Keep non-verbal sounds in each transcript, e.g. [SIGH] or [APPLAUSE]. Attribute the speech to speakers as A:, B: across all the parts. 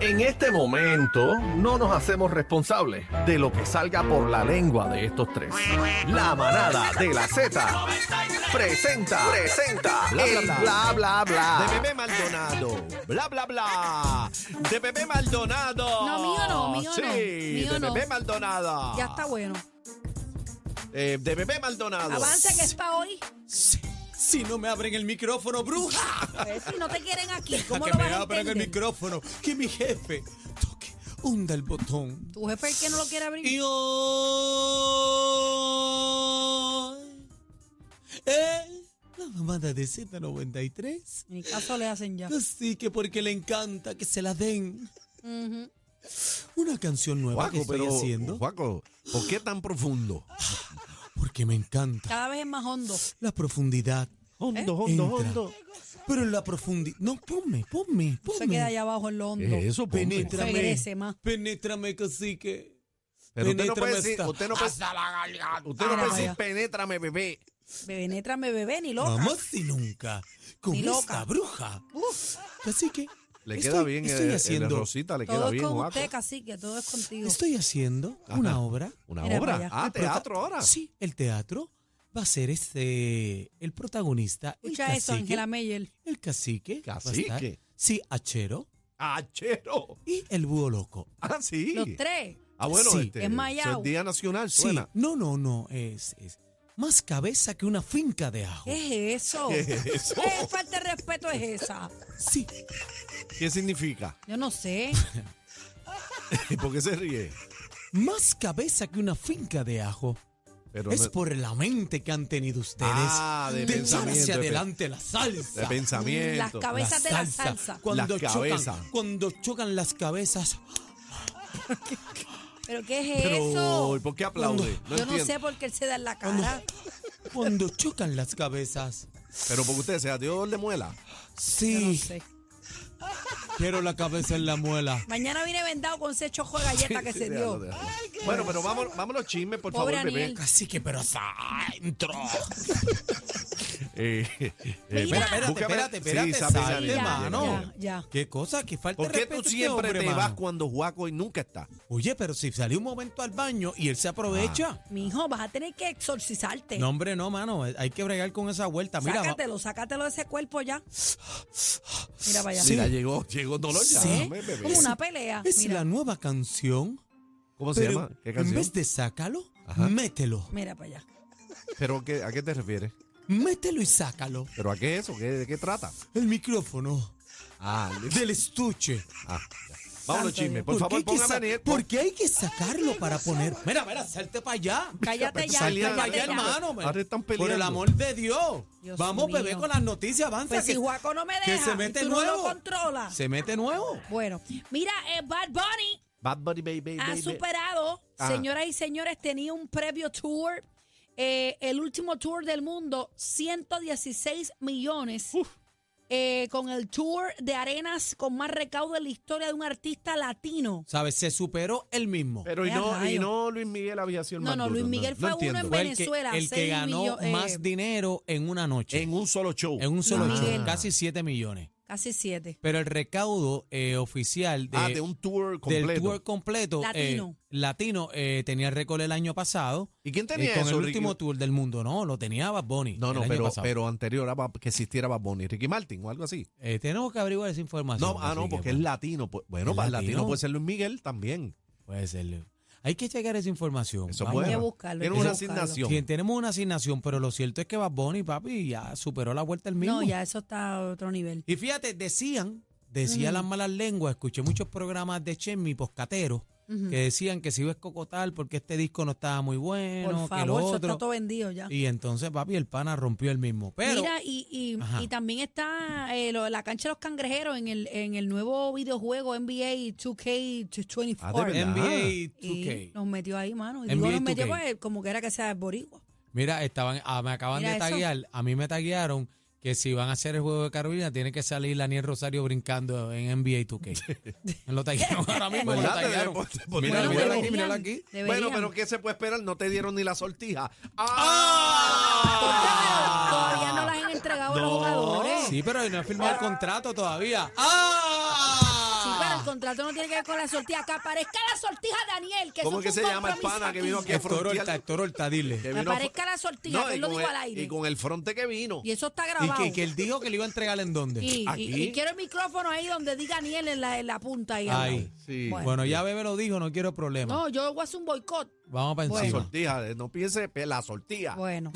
A: En este momento no nos hacemos responsables de lo que salga por la lengua de estos tres. La manada de la Z presenta, presenta el bla bla
B: Ah.
C: De
A: bla.
C: Bebé Maldonado. Bla, bla, bla. De Bebé Maldonado.
D: No, mío no, mío
C: sí,
D: no, mío
C: de
D: no.
C: Bebé Maldonado.
D: Ya está bueno.
C: Eh, de Bebé Maldonado.
D: Avance que es para hoy.
B: Si, si no me abren el micrófono, bruja.
D: Eh, si no te
C: [LAUGHS]
D: quieren aquí, ¿cómo
B: que
D: lo
B: me
D: vas a
B: abran el
D: entender?
B: micrófono. Que mi jefe toque, hunda el botón.
D: Tu jefe es el que no lo quiere abrir.
B: Y hoy, eh, la mamada de Z93.
D: Ni caso le hacen ya.
B: Así que porque le encanta que se la den. Una canción nueva que
C: Juaco,
B: estoy
C: pero, uh,
B: haciendo.
C: Juaco, ¿por qué tan profundo?
B: Porque me encanta
D: Cada vez es más hondo.
B: la profundidad.
D: ¿Eh?
C: Hondo,
B: Entra. Pero en la profundidad. No, ponme, ponme, ponme.
D: Se queda allá abajo el hondo.
C: ¿Qué es eso, Ponme.
B: Penétrame.
D: Regrese más.
B: Penétrame, cacique.
C: Pero usted no puede
B: Penétrame
C: decir,
B: hasta-
C: usted no puede, usted no
D: Mira,
C: puede decir,
D: vaya.
C: penétrame, bebé.
D: Penétrame, bebé, ni loca.
B: Vamos si nunca. Con
D: Ni loca.
B: esta bruja. Cacique.
C: Le
B: estoy-
C: queda bien el,
B: Estoy
C: el
B: haciendo,
C: Rosita, le queda
D: Todo es
C: bien,
D: con
C: Juaco.
D: usted, cacique, todo es contigo.
B: estoy haciendo una obra.
C: Una
D: Mira para
C: obra.
D: allá.
C: Ah,
B: El prota-
C: teatro ahora.
B: Sí, el teatro va a ser este. El protagonista. El
D: Escucha eso,
B: cacique,
D: Ángela Meyer.
B: El cacique. va a estar-
C: Cacique.
B: Sí, Achero.
C: Ah, chero.
B: Y el búho loco.
C: Ah, sí.
D: Los tres.
C: Ah, bueno,
B: Sí.
C: este,
D: Es Mayao.
C: eso es Día Nacional,
B: Sí.
C: suena.
B: No, no, no. Es, es más cabeza que una finca de ajo.
D: ¿Qué es eso?
C: ¿Qué es eso?
D: ¿Qué falta de respeto es esa?
B: Sí.
C: ¿Qué significa?
D: Yo no sé.
C: ¿Y por qué se ríe?
B: Más cabeza que una finca de ajo.
C: Pero
B: Es
C: no-
B: por la mente que han tenido ustedes.
C: Ah, de
B: echar
C: pensamiento,
B: hacia
C: de pe-
B: adelante la
C: de
B: salsa.
C: pensamiento.
D: Las cabezas de Pues la salsa.
B: Cuando
C: Las cabezas.
B: chocan, cuando chocan las cabezas.
D: ¿Pero qué es
C: Pero,
D: eso?
C: ¿y por qué aplaude? No
D: Yo no
C: entiendo.
D: sé por qué él se da en la cara.
B: Cuando chocan las cabezas.
C: Pero porque usted sea Dios le muela.
D: Yo no
B: Sí,
D: sé.
B: quiero la cabeza en la muela.
D: Mañana viene vendado con ese chojo de galleta que se dio.
C: Bueno, pero vamos, vamos a los chismes, por
D: Pobre
C: favor, bebé.
D: Aniel.
B: Así que, pero hasta adentro.
C: Eh, eh, espera,
D: Mira. Espérate,
C: búscame-
B: espérate, espérate,
C: Sí, sabe,
B: salte,
C: Aniel,
D: Ya,
C: mano.
D: ya, ya.
B: Qué cosa, que falta
C: ¿Por
B: de
C: qué
B: respeto
C: tú
B: este
C: siempre
B: hombre,
C: te
B: mano.
C: vas cuando Juaco y nunca está?
B: Oye, pero si salió un momento al baño y él se
C: Ah.
B: aprovecha.
D: Mijo, vas a tener que exorcizarte.
B: No, hombre, no, mano. eh, Hay que bregar con esa vuelta. Mira, va-
D: sácatelo, sácatelo de ese cuerpo ya. Mira para allá.
C: Mira, llegó, llegó dolor ya.
B: Sí.
C: hombre, bebé.
D: Como una pelea.
B: es
D: Mira,
B: la nueva canción.
C: ¿Cómo se
B: Pero
C: llama? ¿Qué
B: En
C: canción?
B: vez de sácalo,
C: Ajá.
B: mételo.
D: mira para allá.
C: ¿Pero qué, a qué te refieres?
B: Mételo y sácalo.
C: ¿Pero a qué es eso? ¿Qué- ¿De qué trata?
B: El micrófono
C: Ah, le-
B: del estuche.
C: ah, ya. Vamos a los chismes. Por
B: qué hay
C: favor,
B: que
C: póngame a
B: sa-
C: Aniel.
B: ¿Por qué hay que sacarlo para poner? Mira, mira, salte para allá.
D: Cállate
C: salía
D: ya,
B: Salte
C: de
B: para
C: la
D: cállate
B: allá,
C: ya.
D: ya.
B: hermano.
C: Ahora están
B: Por el
C: peleando.
B: amor de Dios.
D: Dios
B: Vamos, bebé,
D: mío.
B: con las noticias. Avanza.
D: Pues si
B: que-
D: Juaco no me deja,
B: Que se mete
D: y tú no
B: nuevo.
D: lo controlas.
B: Se mete nuevo.
D: Bueno, mira, eh, Bad Bunny
C: Bad Bunny Baby.
D: ha
C: baby.
D: superado,
B: Ah.
C: Ajá.
D: señoras y señores, tenía un previo tour, eh, el último tour del mundo, 116 millones, eh, con el tour de arenas con más recaudo en la historia de un artista latino.
B: ¿Sabes? Se superó él mismo.
C: Pero y
D: Vea
C: no, y
D: rayos.
C: no Luis Miguel había sido el
D: No,
C: más
D: no,
C: duro,
D: Luis Miguel fue uno en
C: entiendo.
B: Fue el que,
D: Venezuela,
B: el que
D: seis
B: ganó
D: millo- eh,
B: más dinero en una noche.
C: En un solo show.
B: En un solo
D: Luis
B: show,
D: Miguel.
B: casi 7 millones.
D: Casi siete.
B: Pero el recaudo eh, oficial de,
C: ah, de un tour completo.
B: del tour completo eh,
D: Latino.
B: latino eh, tenía el récord el año pasado.
C: ¿Y quién tenía
B: eh, con
C: eso,
B: el
C: Ricky?
B: último tour del mundo, no, lo tenía Bad Bunny.
C: No,
B: el
C: no,
B: año
C: pero,
B: pasado.
C: pero anterior a Bad- que existiera Bad Bunny, Ricky Martin o algo así.
B: Eh, tenemos que averiguar esa información.
C: No, ah,
B: así
C: no,
B: que,
C: porque
B: pues,
C: es latino. pues, Bueno,
B: ¿Es
C: para el latino
B: latino?
C: puede ser Luis Miguel también.
B: Puede ser. Hay que checar esa información.
C: Eso
B: Vamos
C: puede.
D: Hay que
B: a-
D: buscarlo, hay
C: Tiene
D: que
C: una
D: buscarlo.
C: asignación.
B: Quien tenemos una asignación, pero lo cierto es que Bad Bunny, papi, ya superó la vuelta el mismo.
D: No, ya eso está a otro nivel.
B: Y fíjate, decían, decían las malas lenguas, escuché muchos programas de Chemi Poscatero,
D: Ujú.
B: que decían que se iba a escocotar porque este disco no estaba muy
D: Por
B: bueno, que lo
D: favor, eso
B: otro.
D: está todo vendido ya.
B: Y entonces, papi, el pana rompió el mismo. Pero
D: Mira, y, y-
B: Ajá.
D: y también está eh, lo de la cancha de los cangrejeros en el, en el nuevo videojuego NBA 2K24.
C: Ah, de verdad.
B: NBA
D: ah, Y
B: 2K.
D: nos metió ahí, mano. Y digo,
B: NBA
D: nos metió
B: 2K.
D: pues, como que era que sea boricua.
B: Mira, estaban, ah, me acaban
D: Mira
B: de
D: eso.
B: taguear, a mí me taguearon que si van a hacer el juego de Carolina, tiene que salir Laniel Rosario brincando en
D: [LAUGHS]
B: NBA 2K. me lo taguearon ahora mismo, me lo
C: ¿Verdad? Te
B: taguearon.
C: debo- te debo-
B: Mírala,
C: Bueno,
B: mírala aquí,
D: deberían,
B: mírala aquí.
D: deberían.
C: Bueno, pero ¿qué se puede esperar? No te dieron ni la sortija.
D: Cuéntamelo, Todavía no
C: ¡Ah!
D: las han entregado a los jugadores.
B: Sí, pero no he firmado el contrato todavía. ¡Ah!
D: Sí, pero el contrato no tiene que ver con la sortija. Que aparezca la sortija, Daniel. Que
C: ¿Cómo
D: eso
C: que
D: es un
C: se llama el
D: compromiso
C: pana que vino aquí
D: aquí.
C: a
B: Héctor Horta,
C: frontear?
B: Héctor Horta, dile.
C: Que
D: Me
C: vino a-
D: parezca la sortija, que
C: y
D: él lo
C: con
D: dijo
C: el-
D: al aire.
C: Y con el fronte que vino.
D: Y eso está
B: Y
D: grabado.
B: que, que él dijo que le iba a entregar en dónde.
D: Y, y-
C: Aquí.
D: y quiero el micrófono ahí donde diga Daniel en la, en la punta. Ahí, al
B: Ahí.
D: lado.
C: Sí.
B: Bueno, ya Bebe lo dijo, no quiero problemas.
D: No, yo voy a hacer un boicot.
B: Vamos para
C: La
B: encima.
C: sortija, eh, no piense, pe- la sortija.
D: Bueno.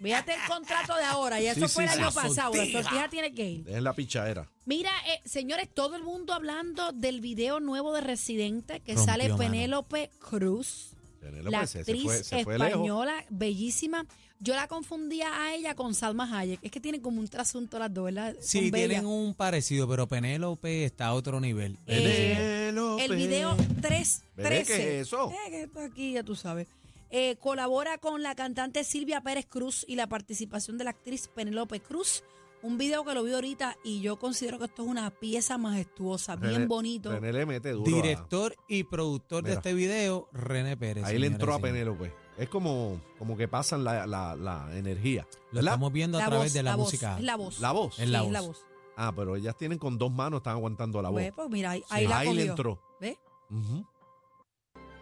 D: Fíjate el contrato de ahora. Y eso
B: Sí,
D: fue el
B: sí,
D: año
B: la
D: pasado. La
B: sortija.
D: sortija tiene que ir.
C: Es la pichadera.
D: Mira, eh, señores, todo el mundo hablando del video nuevo de Residente que
B: Rompió,
D: sale
B: mano.
D: Penélope Cruz.
C: Penélope,
D: la
C: pues, se-
D: actriz
C: se fue- se fue lejos.
D: española, bellísima. Yo la confundía a ella con Salma Hayek. Es que tienen como un trasunto las dos, ¿verdad?
B: Sí,
D: Son bellas.
B: tienen un parecido, pero Penélope está a otro nivel.
D: Eh,
C: Penélope.
D: El video 313.
C: Bebé, ¿qué es eso?
D: Eh, que esto aquí ya tú sabes. Eh, colabora con la cantante Silvia Pérez Cruz y la participación de la actriz Penélope Cruz. Un video que lo vi ahorita y yo considero que esto es una pieza majestuosa,
C: René-
D: bien bonito.
C: René le mete duro. a-
B: Director y productor de
C: Mira.
B: este video, René Pérez.
C: ahí le
B: señoras y
C: entró a
B: señores.
C: Penélope. Es como, como que pasan la, la, la energía.
B: Lo
C: ¿Verdad?
B: estamos viendo a
D: La
B: través
D: voz,
B: de la,
D: la voz,
B: música.
D: es la voz.
C: La voz.
B: Es la
D: Sí,
B: voz.
C: Ah, pero ellas tienen con dos manos, están aguantando la voz.
D: Pues, pues mira, ahí, ahí la
C: ahí le
D: cogió.
C: entró.
D: ¿Ve?
C: Ujú.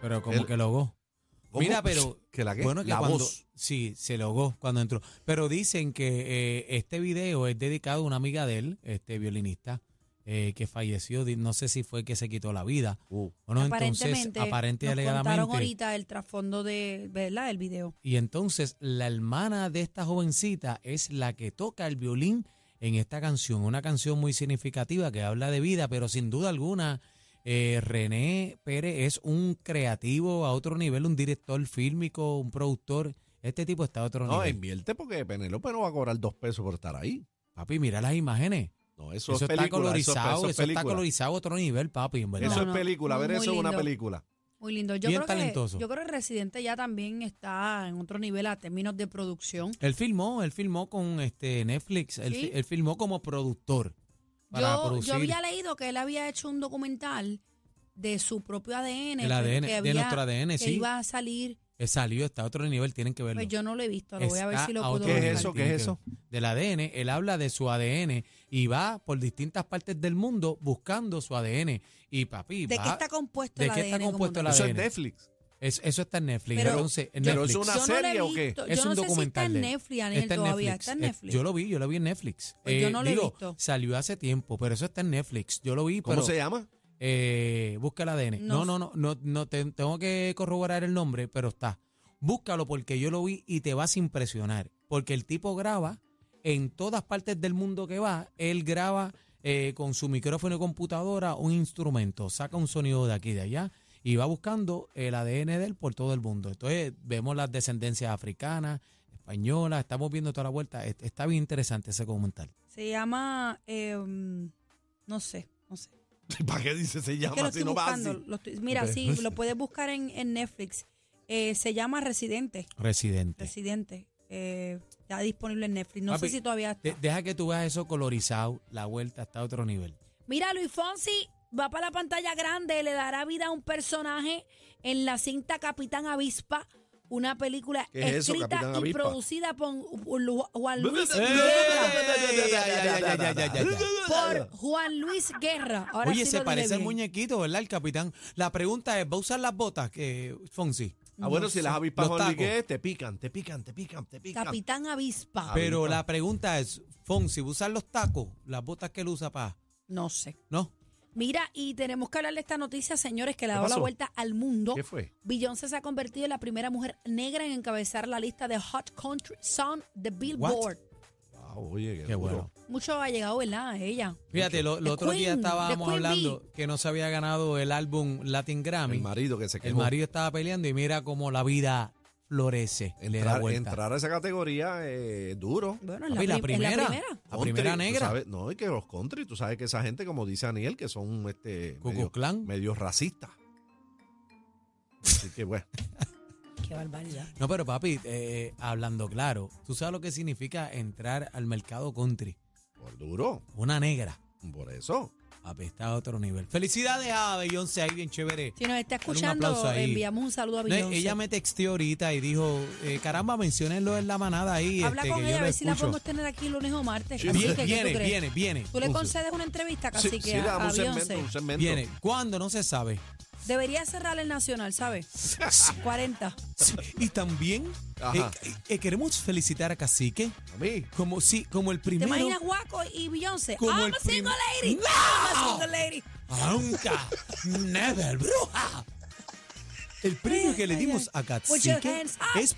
B: Pero como
C: El-
B: que logó.
C: ¿Cómo?
B: Mira, pero
C: ¿Que la qué?
B: bueno, que
C: La
B: cuando,
C: voz.
B: Sí, se logó cuando entró. Pero dicen que eh, este video es dedicado a una amiga de él, este violinista, eh, que falleció. di- No sé si fue que se quitó la vida.
C: Uh,
B: Bueno, entonces,
D: aparentemente,
B: aparente y
D: nos contaron
B: alegadamente.
D: ahorita el trasfondo de, ¿verdad? El video.
B: Y entonces la hermana de esta jovencita es la que toca el violín en esta canción, una canción muy significativa que habla de vida, pero sin duda alguna eh, René Pérez es un creativo a otro nivel, un director fílmico, un productor. Este tipo está a otro
C: no,
B: nivel.
C: invierte porque Penélope no va a cobrar dos pesos por estar ahí.
B: Papi, mira las imágenes.
C: No, eso,
B: Eso,
C: es
B: está
C: película.
B: colorizado,
C: eso,
B: eso,
C: es- eso es
B: está
C: película.
B: colorizado a otro nivel, papi, en verdad.
C: Eso
D: No,
C: es
D: no,
C: película. Ver
D: muy
C: eso es una
D: lindo.
C: película.
D: Muy lindo. Yo
B: Bien
D: creo
B: talentoso.
D: Que, yo creo que Residente ya también está en otro nivel a términos de producción.
B: Él filmó, él filmó con este Netflix, él,
D: Sí.
B: fi- él filmó como productor para
D: Yo,
B: producir
D: yo había leído que él había hecho un documental de su propio ADN.
B: el ADN,
D: que
B: de
D: había-
B: nuestro ADN,
D: que
B: sí.
D: iba a salir.
B: Eh, Salió, está a otro nivel, tienen que verlo.
D: Pues yo no lo he visto. Lo voy a ver
B: Está
D: si lo
B: a
D: puedo
B: otro
C: ¿Qué es
D: buscar.
B: nivel,
C: eso? ¿Qué
B: tienen
C: es
B: que
C: eso?
B: ver. Del ADN, él habla de su ADN y va por distintas partes del mundo buscando su ADN. Y papi,
D: ¿De
B: va-
D: qué está compuesto
B: ¿de
D: el
B: qué
D: ADN?
B: está
D: como
B: compuesto
D: tal?
B: el
C: Eso es
B: ADN.
C: Netflix.
B: es- eso está en Netflix.
D: Pero-
B: entonces, en
C: pero
B: Netflix.
C: es una
D: Yo no lo he
C: serie o qué?
D: visto.
B: Es
D: yo
B: un
D: no sé si está
B: documental de
D: en
B: él.
D: Netflix, Daniel,
B: Está en
D: todavía.
B: Netflix.
D: Está en
B: Eh,
D: Netflix.
B: Yo lo vi, yo lo vi en Netflix. Eh,
D: Pues yo no lo he
B: digo,
D: visto.
B: Salió hace tiempo, pero eso está en Netflix. Yo lo vi,
C: ¿Cómo
B: pero
C: se llama? [LAUGHS]
B: eh, busca el ADN. No,
D: No
B: no, no, no, no te- tengo que corroborar el nombre, pero está. Búscalo porque yo lo vi y te vas a impresionar. Porque el tipo graba en todas partes del mundo que va, él graba eh, con su micrófono y computadora un instrumento, saca un sonido de aquí y de allá y va buscando el ADN de él por todo el mundo. Entonces vemos las descendencias africanas, españolas, estamos viendo toda la vuelta. Es- Está bien interesante ese comentario.
D: Se llama. eh, mm, no sé, no sé.
C: ¿Para qué dice se
D: Es que lo
C: llama?
D: estoy
C: Si no va
D: buscando.
C: así.
D: lo estoy- mira,
C: Ok.
B: [LAUGHS]
D: sí, lo puedes buscar en, en Netflix. Eh, se llama Residente.
B: Residente.
D: Residente. Eh, está disponible en Netflix. No
B: Papi,
D: sé si todavía está.
B: De- deja que tú veas eso colorizado, la vuelta está a otro nivel.
D: Mira, Luis Fonsi va para la pantalla grande, le dará vida a un personaje en la cinta Capitán Avispa, una película
C: ¿Qué es eso,
D: escrita
C: Capitán
D: y
C: Avispa?
D: producida por Lu- Juan Luis
C: ¡Ey!
B: Eh,
D: Guerra.
B: ay, ay, ay, ay.
D: Por Juan Luis Guerra. Ahora
B: Oye,
D: sí
B: se
D: lo dije
B: parece al
D: bien.
B: muñequito, ¿verdad? El capitán. La pregunta es, ¿va a usar las botas, eh, Fonsi?
C: Ah, bueno, si las avispas
B: Los
C: Juan
B: tacos.
C: Luis, te pican, te pican, te pican, te pican.
D: Capitán Avispa.
C: Pe-
B: Pero la pregunta es, Fonsi, ¿va a usar los tacos? Las botas que él usa para...
D: No sé.
B: ¿No?
D: Mira, y tenemos que hablar de esta noticia, señores, que
C: ¿Qué
D: le ha dado la
C: pasó?
D: vuelta al mundo.
C: ¿Qué fue?
D: Beyoncé se ha convertido en la primera mujer negra en encabezar la lista de Hot Country Song de Billboard.
C: wow, oye, qué,
B: Qué
C: duro.
B: bueno.
D: Mucho ha llegado, ¿verdad? A ella.
B: Fíjate, lo,
D: The
B: lo otro día
D: Queen, The
B: estábamos
D: Queen Bee.
B: hablando que no se había ganado el álbum Latin Grammy.
C: El marido que se quejó.
B: El marido estaba peleando y mira cómo la vida florece. le da
C: Entrar,
B: vuelta.
C: entrar a esa categoría eh, duro.
D: Bueno, es
B: Papi, la,
D: prim- es
B: primera, la primera.
D: primera.
C: Country, tú
B: negra.
C: sabes- no, y que los country, tú sabes que esa gente, como dice Aniel, que son este,
B: Ku
C: medio,
B: Klux Klan.
C: medio racistas. Así que bueno,
D: Qué barbaridad.
B: No, pero papi, eh, hablando claro, tú sabes lo que significa entrar al mercado country.
C: por duro,
B: Una negra.
C: por eso.
B: Papi, está a otro nivel. Felicidades a Beyoncé ahí, bien chévere.
D: Si nos está
B: Dale un aplauso
D: escuchando,
B: ahí.
D: enviamos un saludo a
B: No, eh,
D: Beyoncé.
B: ella me texteó ahorita y dijo, eh, caramba, menciónenlo en la manada ahí.
D: Habla
B: este,
D: con
B: que
D: ella
B: yo
D: a
B: lo
D: ver si la
B: escucho.
D: podemos tener aquí lunes o martes.
C: Sí,
D: Cacique,
B: Viene,
D: ¿qué tú
B: viene,
D: crees?
B: viene, viene.
D: Tú le concedes una entrevista,
C: Sí,
D: casi que
C: sí, le
D: a,
C: damos
D: a
C: un segmento,
D: Beyoncé.
C: un segmento.
B: Viene. ¿Cuándo? No se sabe.
D: Debería cerrar el nacional,
B: [LAUGHS]
D: ¿sabes? 40.
B: Sí, Y también
C: Ajá.
B: eh, eh, queremos felicitar a Cacique
C: A mí,
B: como sí, como el
D: ¿Te
B: primero.
D: imaginas Guaco y Beyoncé?
B: Como
D: I'm
B: el
D: a single lady.
B: prim- ¡No!
D: I'm a single lady.
B: Nunca, never, bruja. El premio que le dimos a
D: Put your
B: Cacique
D: hands up.
B: es